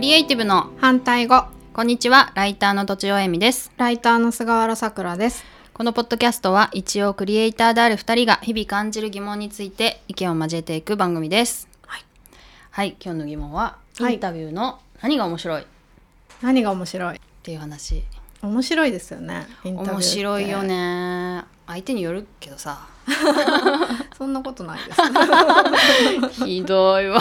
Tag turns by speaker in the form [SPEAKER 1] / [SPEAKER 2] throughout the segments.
[SPEAKER 1] リエイティブの
[SPEAKER 2] 反対語
[SPEAKER 1] こんにちはライターのとちおえみです
[SPEAKER 2] ライターの菅原さくらです
[SPEAKER 1] このポッドキャストは一応クリエイターである2人が日々感じる疑問について意見を交えていく番組です
[SPEAKER 2] はい、
[SPEAKER 1] はい今日の疑問は
[SPEAKER 2] はい
[SPEAKER 1] インタビューの何が面白いっ
[SPEAKER 2] 何が面白い
[SPEAKER 1] ていう話、
[SPEAKER 2] 面白いですよねインタビューって
[SPEAKER 1] 面白いよね相手によるけどさ
[SPEAKER 2] そんなことないです
[SPEAKER 1] ひどいわ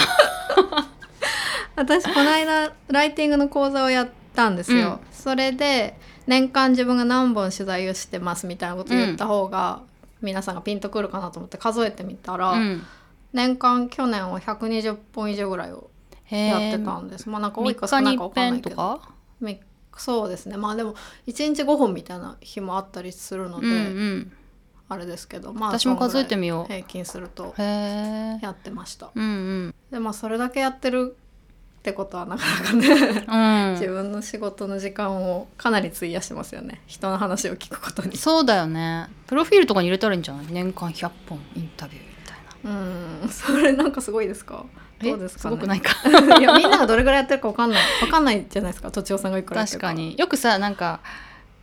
[SPEAKER 2] 私この間ライティングの講座をやったんですよ、
[SPEAKER 1] うん
[SPEAKER 2] それで年間自分が何本取材をしてますみたいなこと言った方が、皆さんがピンとくるかなと思って数えてみたら、
[SPEAKER 1] うん
[SPEAKER 2] 年間去年は120本以上ぐらいをやってたんです、まあなんか多いか
[SPEAKER 1] 3
[SPEAKER 2] 少
[SPEAKER 1] 日
[SPEAKER 2] ない
[SPEAKER 1] に
[SPEAKER 2] か分
[SPEAKER 1] 一
[SPEAKER 2] かんな
[SPEAKER 1] 遍
[SPEAKER 2] い
[SPEAKER 1] と
[SPEAKER 2] けど
[SPEAKER 1] か
[SPEAKER 2] みそうですねまあでも1日5本みたいな日もあったりするの
[SPEAKER 1] うん
[SPEAKER 2] で、
[SPEAKER 1] うん
[SPEAKER 2] あれですけどまあ
[SPEAKER 1] 私も数えてみよう
[SPEAKER 2] そんぐらい平均すると
[SPEAKER 1] へえ
[SPEAKER 2] やってました
[SPEAKER 1] うんうん
[SPEAKER 2] でまあそれだけやってるってことはなかなかね
[SPEAKER 1] うん
[SPEAKER 2] 自分の仕事の時間をかなり費やしてますよね人の話を聞くことに
[SPEAKER 1] そうだよねプロフィールとかに入れたらいいんじゃない年間100本インタビューみたいな
[SPEAKER 2] うんそれなんかすごいですか
[SPEAKER 1] え
[SPEAKER 2] どうですか、
[SPEAKER 1] す
[SPEAKER 2] ね、
[SPEAKER 1] ごくないか
[SPEAKER 2] いやみんながどれぐらいやってるかわかんないわかんないじゃないですかとちおさんがいくらやって
[SPEAKER 1] 確
[SPEAKER 2] る
[SPEAKER 1] かによくさなんか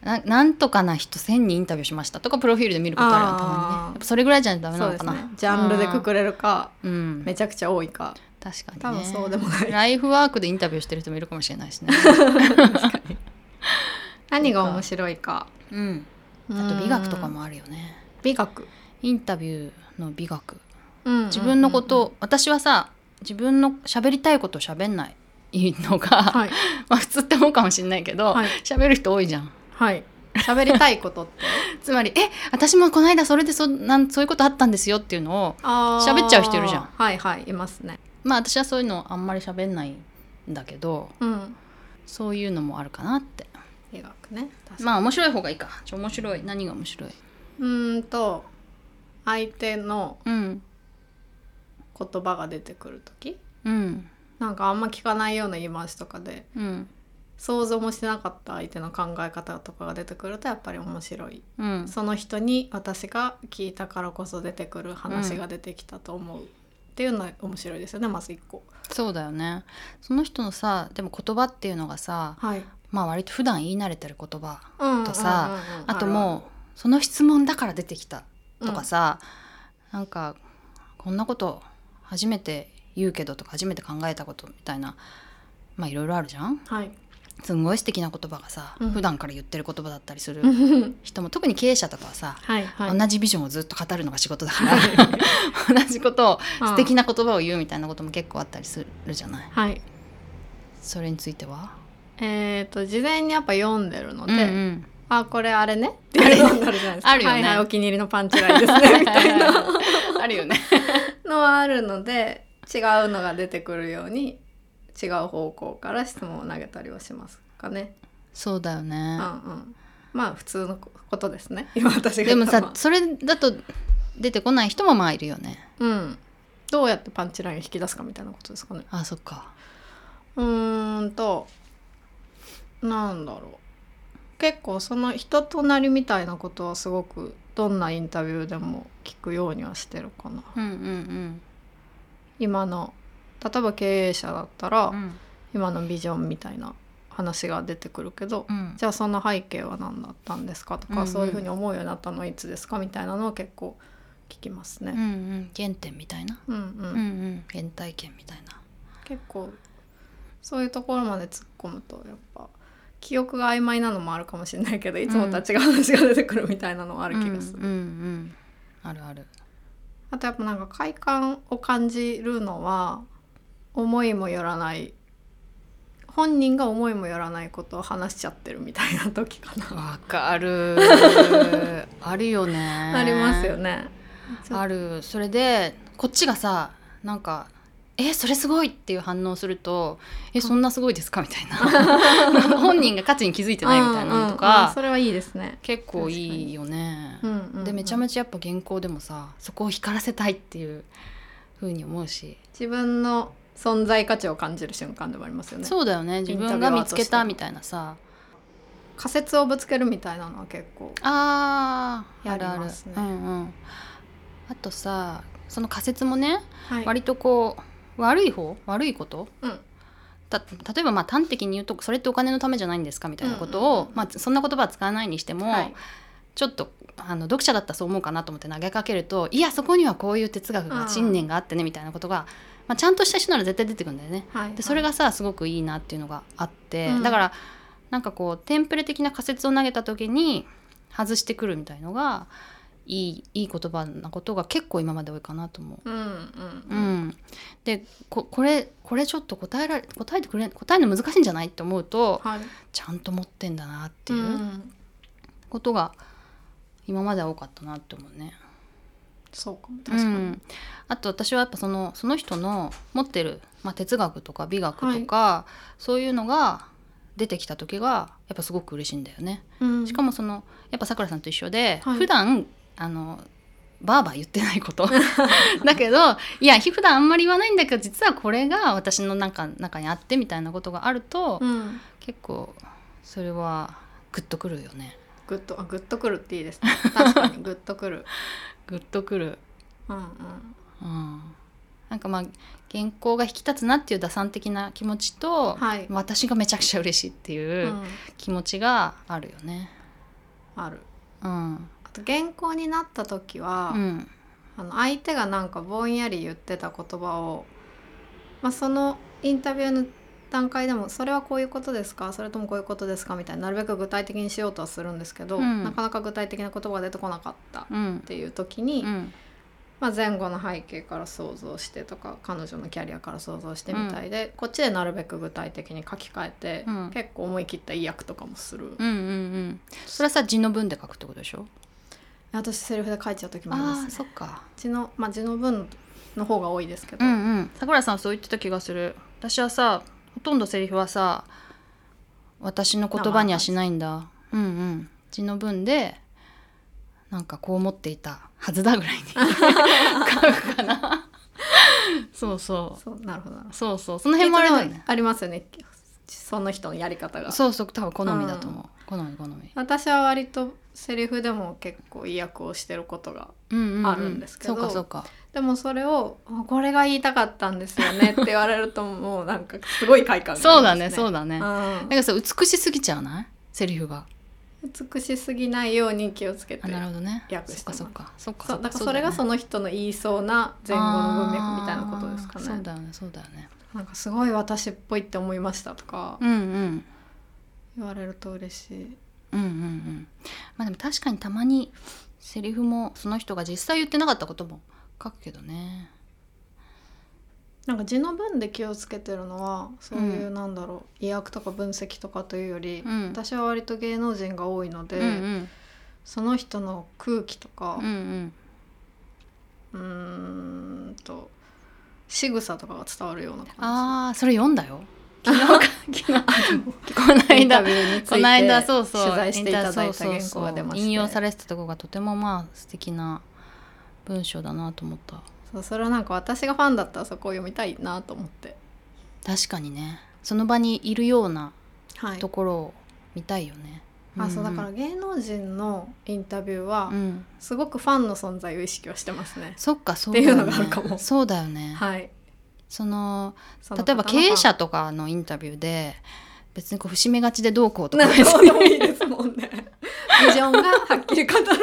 [SPEAKER 1] ななんとかな人1000人インタビューしましたとかプロフィールで見ることあるよねたまに
[SPEAKER 2] あ
[SPEAKER 1] ね
[SPEAKER 2] ー
[SPEAKER 1] やっぱそれぐらいじゃダメな
[SPEAKER 2] そ
[SPEAKER 1] の
[SPEAKER 2] うで
[SPEAKER 1] か
[SPEAKER 2] す
[SPEAKER 1] な、
[SPEAKER 2] ねジャンルでくくれるか、
[SPEAKER 1] うん
[SPEAKER 2] めちゃくちゃ多いか
[SPEAKER 1] 確かにね
[SPEAKER 2] 多分そうでもない
[SPEAKER 1] ライフワークでインタビューしてる人もいるかもしれないしね
[SPEAKER 2] 何が面白いか
[SPEAKER 1] うんあと美学とかもあるよね
[SPEAKER 2] 美学、
[SPEAKER 1] インタビューの美学
[SPEAKER 2] うんうんうん
[SPEAKER 1] 自分のことを、私はさ自分の喋りたいことを喋んないのが、
[SPEAKER 2] はい
[SPEAKER 1] まあ普通って思うかもしれないけど
[SPEAKER 2] はい
[SPEAKER 1] 喋、る人多いじゃん
[SPEAKER 2] はい喋りたいこと って
[SPEAKER 1] つまり「え私もこの間それでそなんそういうことあったんですよ」っていうのを
[SPEAKER 2] あー
[SPEAKER 1] 喋っちゃう人いるじゃん
[SPEAKER 2] はいはいいますね
[SPEAKER 1] まあ私はそういうのあんまり喋んないんだけど
[SPEAKER 2] うん
[SPEAKER 1] そういうのもあるかなって
[SPEAKER 2] 美学ね確かに、
[SPEAKER 1] まあ面白い方がいいかちょ面白い何が面白いう
[SPEAKER 2] ーんと相手の
[SPEAKER 1] うん
[SPEAKER 2] 言葉が出てくる時
[SPEAKER 1] うん
[SPEAKER 2] なんかあんま聞かないような言い回しとかで
[SPEAKER 1] うん
[SPEAKER 2] 想像もしてなかった相手の考え方とかが出てくるとやっぱり面白い
[SPEAKER 1] うん
[SPEAKER 2] その人に私が聞いたからこそ出てくる話が出てきたと思う、っていうのは面白いですよねまず一個
[SPEAKER 1] そうだよねその人のさでも言葉っていうのがさ
[SPEAKER 2] はい
[SPEAKER 1] まあ割と普段言い慣れてる言葉
[SPEAKER 2] うん
[SPEAKER 1] とさ
[SPEAKER 2] うんうんうん
[SPEAKER 1] あともうその質問だから出てきたとかさ、なんかこんなこと初めて言うけどとか初めて考えたことみたいなまあいろいろあるじゃん
[SPEAKER 2] あるはい
[SPEAKER 1] すんごい素敵な言葉がさ、
[SPEAKER 2] うん
[SPEAKER 1] 普段から言ってる言葉だったりする
[SPEAKER 2] うん
[SPEAKER 1] 人も特に経営者とかはさ、
[SPEAKER 2] はいはい、
[SPEAKER 1] 同じビジョンをずっと語るのが仕事だから 同じことを素敵
[SPEAKER 2] な、
[SPEAKER 1] な言葉を言うみたいなことも結構あったりするじゃない
[SPEAKER 2] はい
[SPEAKER 1] それについては、
[SPEAKER 2] えっ、と事前にやっぱ読んでるので、
[SPEAKER 1] うんうん
[SPEAKER 2] あこれあれねっていうのになるじゃないですか
[SPEAKER 1] あるよね
[SPEAKER 2] はいはい、お気に入りのパンチラインですねみたいな
[SPEAKER 1] あるよね
[SPEAKER 2] のはあるので違うのが出てくるように違う方向から質問を投げたりはしますかね、
[SPEAKER 1] そうだよね
[SPEAKER 2] うんうんまあ普通のことですね今
[SPEAKER 1] で
[SPEAKER 2] 私が言
[SPEAKER 1] も
[SPEAKER 2] ったの
[SPEAKER 1] さ
[SPEAKER 2] は
[SPEAKER 1] それだと出てこない人もまあいるよね
[SPEAKER 2] うんどうやってパンチラインを引き出すかみたいなことですかね
[SPEAKER 1] あそっか
[SPEAKER 2] うーんとなんだろう結構その人となりみたいなことはすごくどんなインタビューでも聞くようにはしてるかな
[SPEAKER 1] うんうん
[SPEAKER 2] 今の例えば経営者だったら、
[SPEAKER 1] うんうん
[SPEAKER 2] 今のビジョンみたいな話が出てくるけど、
[SPEAKER 1] うん
[SPEAKER 2] じゃあその背景は何だったんですかとか、
[SPEAKER 1] うんうん
[SPEAKER 2] そういうふうに思うようになったのはいつですかみたいなのを結構聞きます
[SPEAKER 1] うんう
[SPEAKER 2] ね。
[SPEAKER 1] ん原点みたいな
[SPEAKER 2] うん
[SPEAKER 1] うん
[SPEAKER 2] うん、
[SPEAKER 1] うん原体験みたいな
[SPEAKER 2] 結構そういうところまで突っ込むとやっぱ記憶が曖昧なのもあるかもしれないけどいつもとは違う話が出てくるみたいなのもあ
[SPEAKER 1] あ
[SPEAKER 2] る気がする、
[SPEAKER 1] うんうんうんあるある
[SPEAKER 2] あとやっぱなんか快感を感じるのは思いもよらない本人が思いもよらないことを話しちゃってるみたいな時かな。
[SPEAKER 1] わか るあるよね
[SPEAKER 2] ありますよね。
[SPEAKER 1] あるそれでこっちがさなんか「えそれすごい!」っていう反応すると「えそんなすごいですか?」みたい な本人が価値に気づいてないみたいなのと
[SPEAKER 2] うんうんうん
[SPEAKER 1] か
[SPEAKER 2] それはいいですね。
[SPEAKER 1] 結構いいよね
[SPEAKER 2] うんうんうん
[SPEAKER 1] でめちゃめちゃやっぱ原稿でもさそこを光らせたいっていうふうに思うし、
[SPEAKER 2] 自分の存在価値を感じる瞬間でもありますよね。
[SPEAKER 1] そうだよね自分が見つけたみたいなさ
[SPEAKER 2] 仮説をぶつけるみたいなのは結構。
[SPEAKER 1] あーあるあ
[SPEAKER 2] やり
[SPEAKER 1] る、
[SPEAKER 2] ますね
[SPEAKER 1] うんうん、あとさその仮説もね
[SPEAKER 2] はい
[SPEAKER 1] 割とこう悪い方悪いこと
[SPEAKER 2] うん
[SPEAKER 1] た例えばまあ端的に言うとそれってお金のためじゃないんですかみたいなことを、
[SPEAKER 2] うんうんうん
[SPEAKER 1] まあ、そんな言葉は使わないにしても、
[SPEAKER 2] はい
[SPEAKER 1] ちょっとあの読者だったらそう思うかなと思って投げかけるといやそこにはこういう哲学
[SPEAKER 2] う
[SPEAKER 1] が
[SPEAKER 2] ん
[SPEAKER 1] 信念があってねみたいなことが、まあ、ちゃんとした人なら絶対出てくるんだよね。
[SPEAKER 2] はい
[SPEAKER 1] でそれがさすごくいいなっていうのがあって、
[SPEAKER 2] うん
[SPEAKER 1] だからなんかこうテンプレ的な仮説を投げた時に外してくるみたいのがいいいい言葉なことが結構今まで多いかなと思う。
[SPEAKER 2] うんうん
[SPEAKER 1] う
[SPEAKER 2] うん
[SPEAKER 1] ん、でここれこれちょっと答えられ答えてくれ答えるの難しいんじゃないって思うと
[SPEAKER 2] はいっ
[SPEAKER 1] ちゃんと持ってんだなって
[SPEAKER 2] て
[SPEAKER 1] い
[SPEAKER 2] いう
[SPEAKER 1] うことが今までは多かったなって思うね。
[SPEAKER 2] そうかも確か
[SPEAKER 1] う
[SPEAKER 2] に
[SPEAKER 1] んあと私はやっぱそのその人の持ってる、まあ、哲学とか美学とか、そういうのが出てきた時がやっぱすごく嬉しいんだよね。
[SPEAKER 2] うん
[SPEAKER 1] しかもそのやっぱさくらさんと一緒で、
[SPEAKER 2] はい
[SPEAKER 1] 普段あのバーバー言ってないこと だけどいや普段あんまり言わないんだけど実はこれが私の中中にあってみたいなことがあると、
[SPEAKER 2] うん
[SPEAKER 1] 結構それはグッとくるよね。
[SPEAKER 2] グッとあグッとくるっていいですね確かにグッと くる
[SPEAKER 1] グッとくる、
[SPEAKER 2] うんうん
[SPEAKER 1] うん、なんかまあ原稿が引き立つなっていう打算的な気持ちと、
[SPEAKER 2] はい
[SPEAKER 1] 私がめちゃくちゃ嬉しいって
[SPEAKER 2] う
[SPEAKER 1] いうん気持ちがあるよね。
[SPEAKER 2] ある
[SPEAKER 1] うん、
[SPEAKER 2] あと原稿になった時は、
[SPEAKER 1] うん、
[SPEAKER 2] あの相手がなんかぼんやり言ってた言葉を、まあ、そのインタビューの段階でもそれはこういうことですかそれともこういうことですかみたいななるべく具体的にしようとはするんですけど、
[SPEAKER 1] うん
[SPEAKER 2] なかなか具体的な言葉が出てこなかったっ
[SPEAKER 1] うん、
[SPEAKER 2] ていう時に、
[SPEAKER 1] うん、
[SPEAKER 2] まあ、前後の背景から想像してとか彼女のキャリアから想像してみたいで、こっちでなるべく具体的に書き換えて、
[SPEAKER 1] うん
[SPEAKER 2] 結構思い切った意訳とかもする、
[SPEAKER 1] うん、うん、うん。それはさ字の文で書くってことでしょ
[SPEAKER 2] 私セリフで書いちゃう時もあります
[SPEAKER 1] あ
[SPEAKER 2] ね
[SPEAKER 1] あそっか
[SPEAKER 2] 字の,、まあ、字の文の方が多いですけど、
[SPEAKER 1] うんうんさくらさんそう言ってた気がする私はさほとんどセリフはさ私の言葉にはしないんだうんうん字の文でなんかこう思っていたはずだぐら いに書くかなそうそ
[SPEAKER 2] そうなるほどなるほど
[SPEAKER 1] うそうそうその辺もあれだよ
[SPEAKER 2] でも
[SPEAKER 1] ね
[SPEAKER 2] ありますよねその人のやり方が
[SPEAKER 1] そうそう多分好みだと思う、好み好み
[SPEAKER 2] 私は割とセリフでも結構意訳をしてることが
[SPEAKER 1] うんうん、うん、
[SPEAKER 2] あるんですけど
[SPEAKER 1] そうかそうか
[SPEAKER 2] でもそれを「これが言いたかったんですよね」って言われるともうなんかすごい快感
[SPEAKER 1] そうだねそう
[SPEAKER 2] う
[SPEAKER 1] だね、なん
[SPEAKER 2] だ
[SPEAKER 1] かさ美しすぎちゃうないセリフが
[SPEAKER 2] 美しすぎないように気をつけ
[SPEAKER 1] あ
[SPEAKER 2] て
[SPEAKER 1] なるほどね
[SPEAKER 2] 訳
[SPEAKER 1] そ
[SPEAKER 2] し
[SPEAKER 1] って
[SPEAKER 2] ま
[SPEAKER 1] か
[SPEAKER 2] す
[SPEAKER 1] そっかそっか
[SPEAKER 2] そうだ
[SPEAKER 1] っ
[SPEAKER 2] からそれがそ
[SPEAKER 1] の
[SPEAKER 2] の人の言いそうな前後の文脈みたいなことですか
[SPEAKER 1] そう
[SPEAKER 2] ね
[SPEAKER 1] だよねそうだよね
[SPEAKER 2] なんかすごい私っぽいって思いましたとか
[SPEAKER 1] うんうん
[SPEAKER 2] 言われると嬉しい
[SPEAKER 1] うんうんうんまあでも確かにたまにセリフもその人が実際言ってなかったことも書くけどね
[SPEAKER 2] なんか字の文で気をつけてるのはそういううなんだろう、意訳とか分析とかというより、
[SPEAKER 1] うん
[SPEAKER 2] 私は割と芸能人が多いので、
[SPEAKER 1] うんうん
[SPEAKER 2] その人の空気とか
[SPEAKER 1] うんうん
[SPEAKER 2] うーんと仕草とかが伝わるような感
[SPEAKER 1] ああそれ読んだよ昨日か 昨日こ
[SPEAKER 2] じ
[SPEAKER 1] の
[SPEAKER 2] イン
[SPEAKER 1] 間
[SPEAKER 2] タビューについて
[SPEAKER 1] この間そうそう
[SPEAKER 2] 取材していただいた
[SPEAKER 1] そうそう
[SPEAKER 2] 原
[SPEAKER 1] そ
[SPEAKER 2] 稿
[SPEAKER 1] う
[SPEAKER 2] が出まして
[SPEAKER 1] 引用されてたとこがとてもまあ素敵な文章だなと思った
[SPEAKER 2] そうそれはなんか私がファンだったらそこを読みたいなと思って、
[SPEAKER 1] 確かにねその場にいるような
[SPEAKER 2] はい
[SPEAKER 1] ところを見たいよね、
[SPEAKER 2] あそうだ
[SPEAKER 1] んん
[SPEAKER 2] から芸能人のインタビューは
[SPEAKER 1] うん
[SPEAKER 2] すごくファンの存在を意識はしてますね、
[SPEAKER 1] そっかそうだよね
[SPEAKER 2] っていうのがあるかも
[SPEAKER 1] そうだよね、
[SPEAKER 2] はい
[SPEAKER 1] その
[SPEAKER 2] その
[SPEAKER 1] 例え
[SPEAKER 2] 方の
[SPEAKER 1] ば
[SPEAKER 2] ファ
[SPEAKER 1] 経
[SPEAKER 2] ン
[SPEAKER 1] 営者とかのインタビューで別にこう節目がちでどうこうとか
[SPEAKER 2] なんか
[SPEAKER 1] 別
[SPEAKER 2] どうでも
[SPEAKER 1] に
[SPEAKER 2] いいですもんね。 ビジョンがはっきり語られる。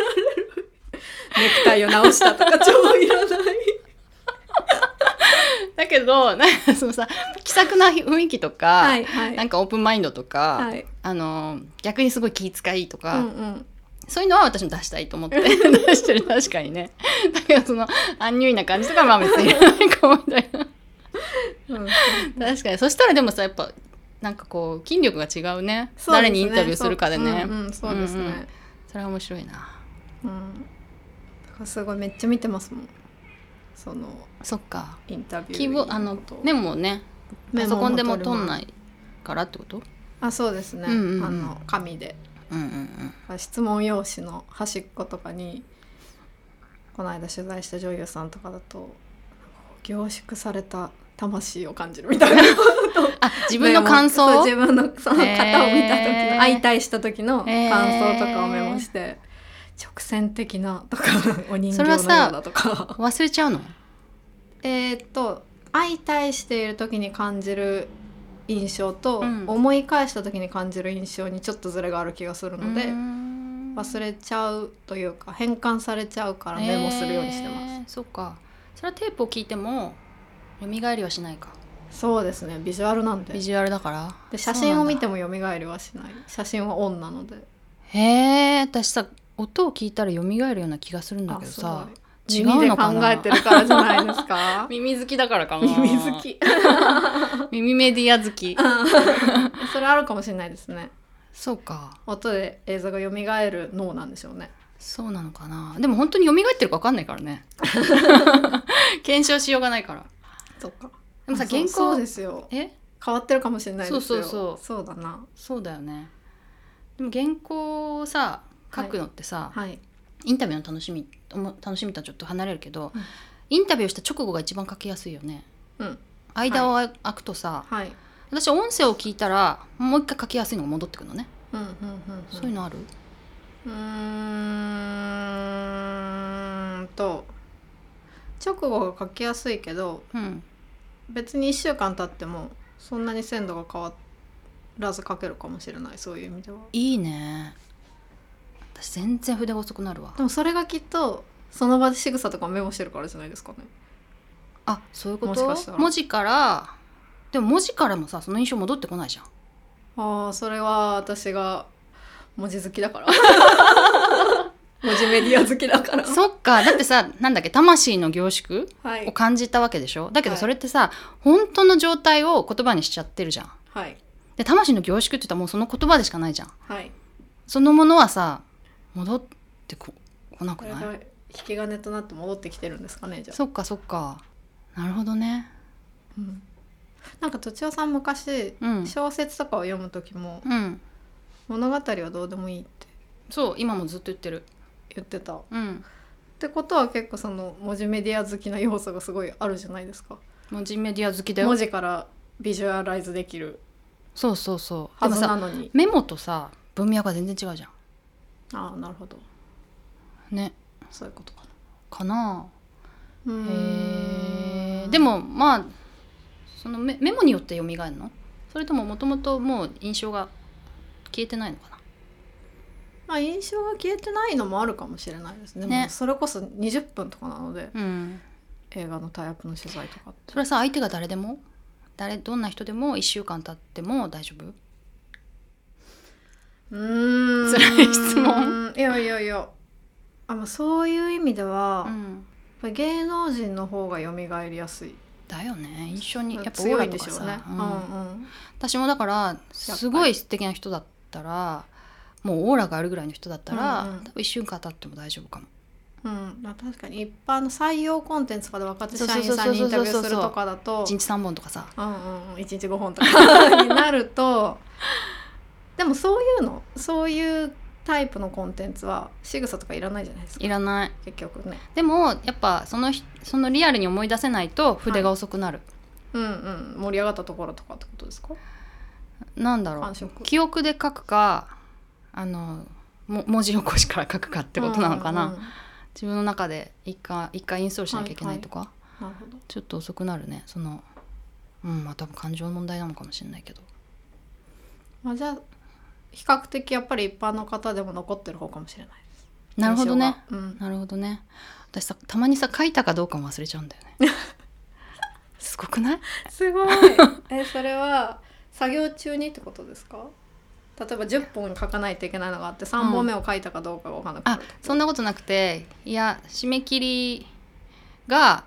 [SPEAKER 2] ネクタイを直したとか超いらない。
[SPEAKER 1] だけどなんかそのさ気さくな雰囲気とか、
[SPEAKER 2] はいはい。
[SPEAKER 1] なんかオープンマインドとか、
[SPEAKER 2] はい。
[SPEAKER 1] あの逆にすごい気遣いと
[SPEAKER 2] う
[SPEAKER 1] か、
[SPEAKER 2] んうん。
[SPEAKER 1] そういうのは私も出したいと思って 出してる確かにねだけどそのアンニュイな感じとかはまあ別にいらないかもみたいな
[SPEAKER 2] うん
[SPEAKER 1] 確かにそしたらでもさやっぱなんかこう筋力が違うね誰にインタビューするかでね
[SPEAKER 2] そううんうん、そうですね。
[SPEAKER 1] それは面白いな
[SPEAKER 2] うん。だからすごいめっちゃ見てますもん。その
[SPEAKER 1] そっか
[SPEAKER 2] インタビュー
[SPEAKER 1] 希望あの
[SPEAKER 2] こと。
[SPEAKER 1] メモをねパソコンでも取んないいからってこと
[SPEAKER 2] あ、そうですね。
[SPEAKER 1] うんうんうん
[SPEAKER 2] あの紙で。
[SPEAKER 1] うんうんうん
[SPEAKER 2] 質問用紙の端っことかにこの間取材した女優さんとかだと凝縮された魂を感じるみたいな
[SPEAKER 1] あ 自分の感
[SPEAKER 2] メモ
[SPEAKER 1] 想
[SPEAKER 2] そう自分のその
[SPEAKER 1] へー
[SPEAKER 2] 型を見た時の、相対した時の感想とかをメモして、直線的なとか お人形のようだとか
[SPEAKER 1] 忘れちゃうの
[SPEAKER 2] えーっと相対している時に感じる印象と、
[SPEAKER 1] うん
[SPEAKER 2] 思い返した時に感じる印象にちょっとズレがある気がするので、忘
[SPEAKER 1] れ
[SPEAKER 2] れちゃうというか変換されちゃうからメモするようにしてます、
[SPEAKER 1] す、そうかそれはテープを聞いても蘇りはしないか
[SPEAKER 2] そうですねビジュアルなんで
[SPEAKER 1] ビジュアルだから
[SPEAKER 2] で写真を見て
[SPEAKER 1] も
[SPEAKER 2] も蘇りはしない写真はオンなので
[SPEAKER 1] へえ私さ音を聞いたら蘇るような気がするんだけどさ
[SPEAKER 2] す
[SPEAKER 1] 違
[SPEAKER 2] ごい耳
[SPEAKER 1] う
[SPEAKER 2] で
[SPEAKER 1] のか
[SPEAKER 2] 考
[SPEAKER 1] な
[SPEAKER 2] えてるからじゃないです か
[SPEAKER 1] 耳好きだからかな
[SPEAKER 2] 耳好き
[SPEAKER 1] 耳メディア好き
[SPEAKER 2] それあるかもしれないですね
[SPEAKER 1] そうか
[SPEAKER 2] 音で映像が蘇る脳なんでしょうね
[SPEAKER 1] そうなのかなでも本当に蘇ってるか分かんないから ね検証しようがないから
[SPEAKER 2] そっか
[SPEAKER 1] でもさ
[SPEAKER 2] あそう
[SPEAKER 1] 原稿
[SPEAKER 2] そうですよ
[SPEAKER 1] え
[SPEAKER 2] 変わってるかもしれないですよ
[SPEAKER 1] そうそう
[SPEAKER 2] そうだな
[SPEAKER 1] そうだよねでも原稿をさ書くのってさ、
[SPEAKER 2] はい
[SPEAKER 1] インタビューの楽しみおも楽しみとはちょっと離れるけど、
[SPEAKER 2] うん
[SPEAKER 1] インタビューした直後が一番書きやすいよね
[SPEAKER 2] うん
[SPEAKER 1] 間を空くとさ、
[SPEAKER 2] はい
[SPEAKER 1] 私音声を聞いたらもう一回書きやすいのが戻ってくるのね、
[SPEAKER 2] うんうんうん、うん、
[SPEAKER 1] そういうのある
[SPEAKER 2] うーんと直後が書きやすいけど
[SPEAKER 1] うん
[SPEAKER 2] 別に1週間経ってもそんなに鮮度が変わらず書けるかもしれないそういう意味ではい
[SPEAKER 1] いね私全然筆が遅くなるわ
[SPEAKER 2] でもそれがきっとその場で仕草とかメモしてるからじゃないですかね
[SPEAKER 1] あそういうこ
[SPEAKER 2] もし
[SPEAKER 1] と
[SPEAKER 2] かしたら
[SPEAKER 1] 文字からでも文字からもさその印象戻ってこないじゃん
[SPEAKER 2] ああそれは私が文字好き だから文字メディア好きだから
[SPEAKER 1] そっかだってさなんだっけ魂の凝縮
[SPEAKER 2] はい
[SPEAKER 1] を感じたわけでしょだけど
[SPEAKER 2] はい
[SPEAKER 1] それってさ、本当の状態を言葉にしちゃってるじゃん
[SPEAKER 2] はい
[SPEAKER 1] で魂の凝縮って言ったらもうその言葉でしかないじゃん
[SPEAKER 2] はい
[SPEAKER 1] そのものはさ戻ってここな
[SPEAKER 2] こ
[SPEAKER 1] く
[SPEAKER 2] れ
[SPEAKER 1] ない
[SPEAKER 2] が引き金となって戻ってきてるんですかねじゃあ
[SPEAKER 1] そっかそっかなるほどね
[SPEAKER 2] うんなんかとちおさん昔、
[SPEAKER 1] うん
[SPEAKER 2] 小説とかを読む時も
[SPEAKER 1] うん
[SPEAKER 2] 物語はどうでもいいって
[SPEAKER 1] そう今もずっと言ってる
[SPEAKER 2] 言ってたっ
[SPEAKER 1] うん
[SPEAKER 2] てことは結構その文字メディア好きな要素がすごいあるじゃないですか
[SPEAKER 1] 文字メディア好きだよ
[SPEAKER 2] 文字からビジュアライズできる
[SPEAKER 1] そうそうそうで
[SPEAKER 2] は
[SPEAKER 1] も
[SPEAKER 2] ずな
[SPEAKER 1] さ
[SPEAKER 2] のに
[SPEAKER 1] メモとさ文脈が全然違うじゃ
[SPEAKER 2] ああなるほど
[SPEAKER 1] んね
[SPEAKER 2] そういうことか
[SPEAKER 1] かな
[SPEAKER 2] なうー
[SPEAKER 1] へ
[SPEAKER 2] ん
[SPEAKER 1] ーでもまあそのメメモによって蘇るのそれとももともともう印象が消えてないのかな
[SPEAKER 2] まあ印象が消えてないのもあるかもしれないですねでも
[SPEAKER 1] ね
[SPEAKER 2] それこそ20分とかなので
[SPEAKER 1] うん
[SPEAKER 2] 映画のタイアップの取材とかって
[SPEAKER 1] それはさ相手が誰でも誰どんな人でも1週間経っても大丈夫
[SPEAKER 2] うーん
[SPEAKER 1] 辛い質問
[SPEAKER 2] いやいやいやあまあそういう意味では、やっ
[SPEAKER 1] ん
[SPEAKER 2] ぱり芸能人の方が蘇りやすい
[SPEAKER 1] だよね印象にやっぱオー
[SPEAKER 2] 強い
[SPEAKER 1] ラ
[SPEAKER 2] で
[SPEAKER 1] と
[SPEAKER 2] し
[SPEAKER 1] か
[SPEAKER 2] ょ
[SPEAKER 1] さ、
[SPEAKER 2] うねう
[SPEAKER 1] うん
[SPEAKER 2] んうん
[SPEAKER 1] 私もだからすごい素敵な人だったらもうオーラがあるぐらいの人だったら、
[SPEAKER 2] うんうん
[SPEAKER 1] 多分1週間経っても大丈夫かも
[SPEAKER 2] うん、まあ確かに一般の採用コンテンツとかで若手
[SPEAKER 1] そう
[SPEAKER 2] 社
[SPEAKER 1] そう
[SPEAKER 2] 員
[SPEAKER 1] そうそう
[SPEAKER 2] さんにインタビューするとかだと
[SPEAKER 1] 1日3本とかさ
[SPEAKER 2] うんうんうん、1日5本とかになると でもそういうのそういうタイプのコンテンツは仕草とかいらないじゃないですか
[SPEAKER 1] いらない
[SPEAKER 2] 結局ね
[SPEAKER 1] でもやっぱそのひそのリアルに思い出せないと筆が遅くなる、
[SPEAKER 2] うんうん盛り上がったところとかってことですか
[SPEAKER 1] なんだろう
[SPEAKER 2] 感触
[SPEAKER 1] 記憶で書くかあのも文字起こしから書くかってことなのかな、
[SPEAKER 2] うんうんうん
[SPEAKER 1] 自分の中で一回一回インストールしなきゃいけないとか、
[SPEAKER 2] なるほど
[SPEAKER 1] ちょっと遅くなるねそのうんまあ多分感情の問題なのかもしれないけど
[SPEAKER 2] まあ、じゃあ比較的やっぱり一般の方でも残ってる方かもしれないです
[SPEAKER 1] なるほどね、
[SPEAKER 2] 印象がうん、
[SPEAKER 1] なるほどね私さたまにさ書いたかどうかも忘れちゃうんだよ ねすごくない
[SPEAKER 2] すごい えそれは作業中にってことですか例えば10本書かないといけないのがあって3本目を書いたかどうかが分からなくな
[SPEAKER 1] あ
[SPEAKER 2] るとか、
[SPEAKER 1] そんなことなくていや締め切りが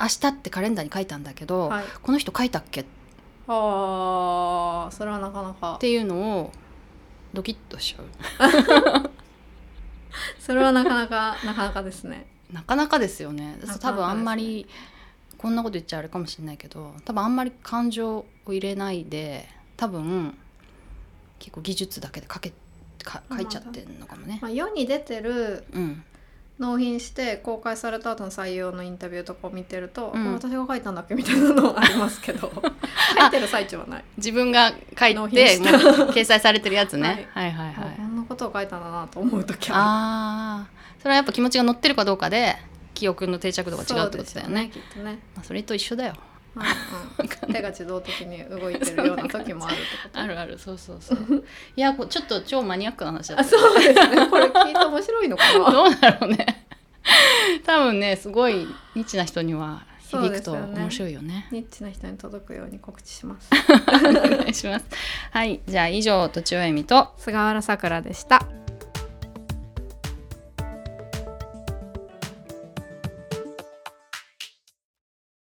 [SPEAKER 1] 明日ってカレンダーに書いたんだけど、
[SPEAKER 2] はい
[SPEAKER 1] この人書いたっけっ
[SPEAKER 2] あーそれはなかなか
[SPEAKER 1] ていうのをドキッとしちゃう
[SPEAKER 2] それはなかなかなかなかですね
[SPEAKER 1] なかなかですよね
[SPEAKER 2] なかなかですね
[SPEAKER 1] 多分あんまりこんなこと言っちゃあれかもしれないけど多分あんまり感情を入れないで多分結構技術だけで書けか書いちゃってるのかもね、
[SPEAKER 2] まあ、世に出てる
[SPEAKER 1] うん
[SPEAKER 2] 納品して公開された後の採用のインタビューとかを見てると、
[SPEAKER 1] うん
[SPEAKER 2] あ私が書いたんだっけみたいなのはあります けど書いてる最中はない、
[SPEAKER 1] 自分が書いて
[SPEAKER 2] 納
[SPEAKER 1] もう
[SPEAKER 2] 品した
[SPEAKER 1] 掲載されてるやつね、 はい、はいはい
[SPEAKER 2] あこんなことを書いたんだなと思う時は
[SPEAKER 1] ああそれはやっぱ気持ちが乗ってるかどうかで記憶の定着度が違うってことだよね
[SPEAKER 2] そうですよねきっとね
[SPEAKER 1] まあ、それと一緒だよ
[SPEAKER 2] うんうん、 手が自動的に動いてるような時もあるってこと
[SPEAKER 1] あるあるそうそうそう いやこちょっと超マニアックな話だ
[SPEAKER 2] あ
[SPEAKER 1] った
[SPEAKER 2] そうですねこれ聞いて面白いのかな
[SPEAKER 1] どうだろうね多分ねすごいニッチな人には響くと
[SPEAKER 2] そうですよね
[SPEAKER 1] 面白いよね
[SPEAKER 2] ニッチな人に届くように告知します
[SPEAKER 1] お願いしますはいじゃあ以上とちおえみと
[SPEAKER 2] 菅原さくらでした